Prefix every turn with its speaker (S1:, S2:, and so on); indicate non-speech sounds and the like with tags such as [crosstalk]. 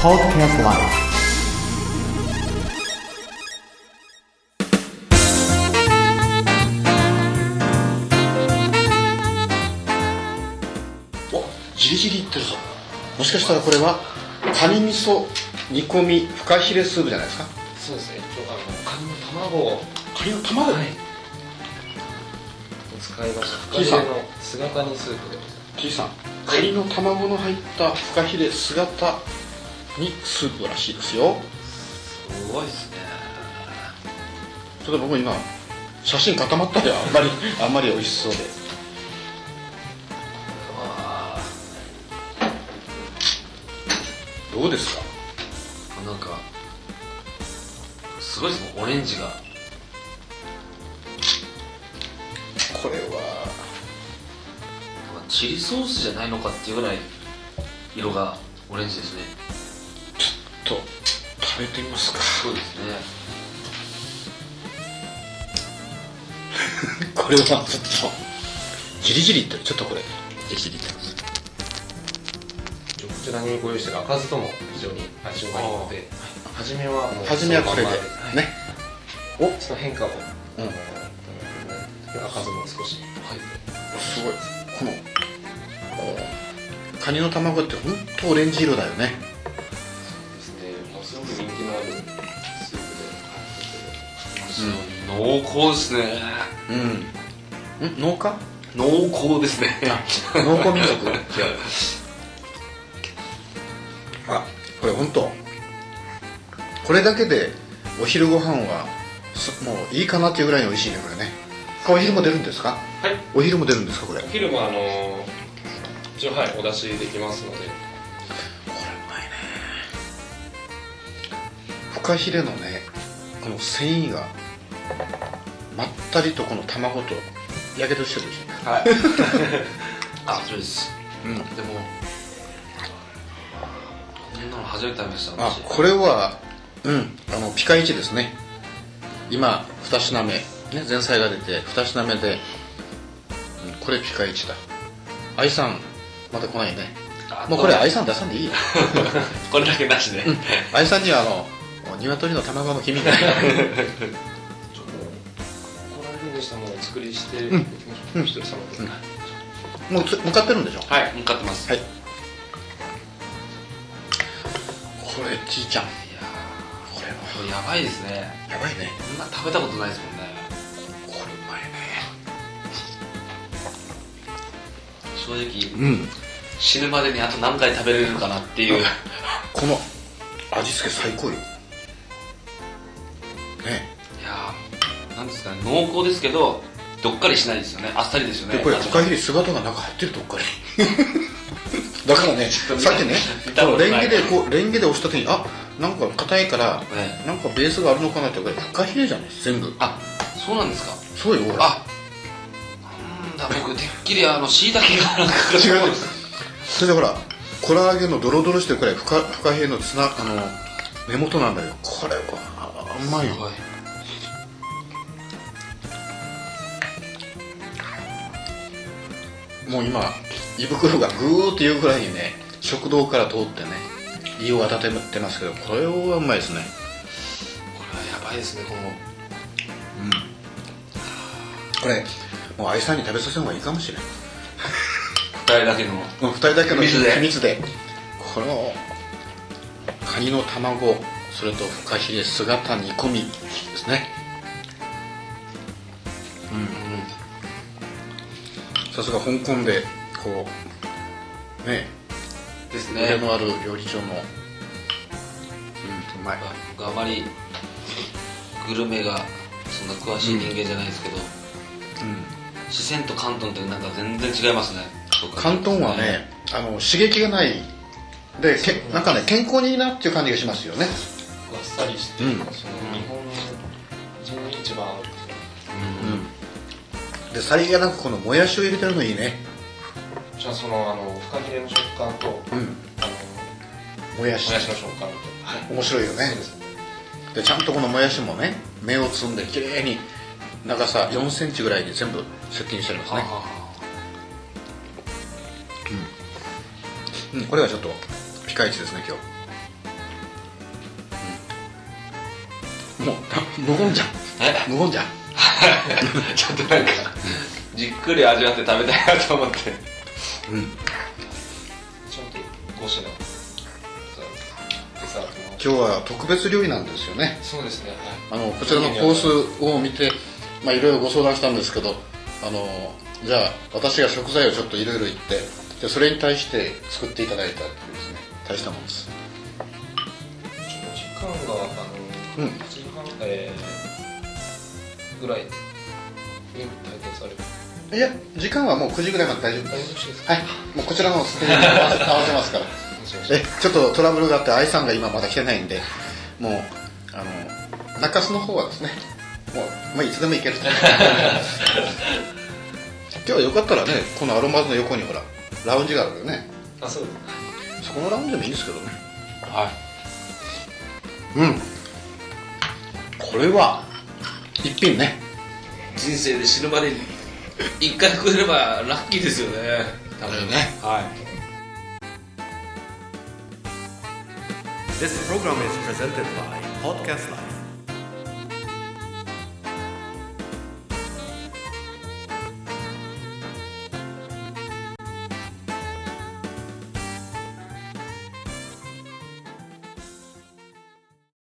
S1: Podcast Live
S2: おじりじりいってるぞもしかしたらこれはカニ味噌煮込みフカヒレスープじゃないですか
S3: そうですね、一応あのカニの卵を
S2: カニの卵、
S3: はい使いました。
S2: キー
S3: フ
S2: さ
S3: カ
S2: ん
S3: ヒレの姿カニスープでございま
S2: キーさんカニの卵の入ったフカヒレ姿にスープらしいですよ
S3: す。すごいですね。
S2: ちょっと僕今写真固まったよあんまりあんまり美味しそうで
S3: わあ、
S2: どうですか
S3: なんかすごいですね、オレンジが。
S2: これは
S3: なんかチリソースじゃないのかっていうぐらい色がオレンジですね。
S2: ちょっと食べてみますか
S3: そうですね。
S2: これはちょっとじりじりいってるちょっとこれじりじりいってます
S4: こちらにご用意してる赤酢とも非常に相性がいいので初めはもう
S2: 初めはこれで
S4: そ
S2: ね
S4: のままはいその変化を、
S2: うん
S4: 赤酢も少し
S2: すごいこのカニの卵って本当オレンジ色だよね
S4: ですねもうすごく人気のあるスープ
S3: 濃厚ですね。
S2: うんん農家
S3: 濃厚ですね。
S2: 農耕民族違うあこれ本当これだけでお昼ご飯はすもういいかなっていうぐらいに美味しいねこれねこれお昼も出るんですか
S4: はい
S2: お昼も出るんですかこれ
S4: でお昼もあのー一応はいお出しできますので
S2: フカヒレのねこの繊維がまったりとこの卵とやけどしてるでしょ
S4: [laughs] はい
S3: あ、そうです。
S2: うん
S3: でもこんなの初めて食べました。
S2: あ
S3: 私
S2: これはうんあのピカイチですね今2品目ね前菜が出て2品目で、うんこれピカイチだ愛さんまた来ないね
S3: あ
S2: もうこれ愛さん出さんでいい [laughs] よ
S3: これだけなしで。
S2: 愛さんにはあの鶏の卵の黄身がない [laughs] から
S4: ちょっと来られるんでしたらもうお作りしていきましょうお一人様で、
S2: もうつ向かってるんでしょこ
S3: はい、向かってます。
S2: はいれじいちゃんこ
S3: いやー
S2: れは
S3: これやばいですね。
S2: やばいね
S3: こんな食べたことないですもんね。
S2: これうまいね
S3: 正直、
S2: うん
S3: 死ぬまでにあと何回食べれるかなっていう。
S2: この味付け最高よね
S3: いやーなんですかね、濃厚ですけど、どっかりしないですよね。あっさりですよね。
S2: でこれ
S3: 味
S2: フ
S3: も
S2: カヒレ姿が中入ってるとこから
S3: [laughs]
S2: だからね
S3: ょっと見
S2: さ
S3: た
S2: っきね
S3: 見た
S2: こ
S3: こ
S2: う
S3: と
S2: レ
S3: な
S2: ン
S3: い
S2: ゲでこうレンゲで押した時にあなんか硬いから
S3: ええ
S2: なんかベースがあるのかなってこれフカヒレじゃない全部
S3: あ、そうなんですか。
S2: そうよほら
S3: あ、なんだ、僕、てっきりあの、椎茸がなんかかかって
S2: 違
S3: る
S2: う
S3: [laughs]
S2: それでほらコラーゲンのドロドロしてるくらいフカフカヒレのつなあの根元なんだよこれはうまいよ
S3: すごい。
S2: もう今胃袋がグーっていうくらいにね食道から通ってね胃を温めてますけどこれはうまいですね
S3: これはやばいですね、この。
S2: これもう愛さんに食べさせる方がいいかもしれない
S3: 二重だけの。
S2: この2人だけの秘
S3: 秘密で
S2: 密でこのカニの卵それとフカヒレ姿煮込みですねうんさすが香港でこうね
S3: ですね。
S2: 腕のある料理長のうんうまい
S3: 僕あまりグルメがそんな詳しい人間じゃないですけど、四川と広東ってなんか全然違います [laughs] ね
S2: 広東はねあの刺激がないでけなんかね健康にいいなっていう感じがしますよね
S4: あっさりして、
S2: うん
S4: その日本人に一番合う
S2: でさりげなくこのもやしを入れてるのいいね
S4: じゃあそのあのフカヒレの食感と、
S2: ん
S4: あの
S2: もやし
S4: もやしの食感と、はい
S2: 面白いよね
S4: そうですね
S2: でちゃんとこのもやしもね芽を摘んで綺麗に長さ4センチぐらいで全部セッティングしてありますね、
S3: あ
S2: うん、これはちょっとピカイチですね今日もうた無言じゃん
S3: え [laughs]
S2: 無 [laughs] 言じゃん
S3: ちょっとなんかじっくり味わって食べたいなと思って
S2: うん
S4: ちゃんと5品デザートの
S2: 今日は特別料理なんですよね
S4: そうですね、はい
S2: あのこちらのコースを見て、まあ、いろいろご相談したんですけどあのじゃあ私が食材をちょっといろいろ言ってでそれに対して作っていただいたっていうですね大したもんです
S4: ちょっと時間があ
S2: うん
S4: の、8時半、えー、ぐらいに体験される
S2: いや時間はもう9時ぐらいまで大丈夫
S4: 大丈
S2: で
S4: 夫
S2: す
S4: ですか
S2: はいもうこちらのステージに合わせ合わせますから [laughs] えちょっとトラブルがあって愛さんが今まだ来てないんでもうあの中洲の方はですねもう、まあ、いつでも行ける [laughs] と今日はよかったらねこのアロマーズの横にほらラウンジがあるよね
S4: あそうです
S2: そこのラウンジでもいいんですけどね
S3: はい
S2: うんこれは一品ね
S3: 人生で死ぬまでに一回食えればラッキーですよね多分
S2: ね
S3: はい
S1: This program is presented by Podcast Life.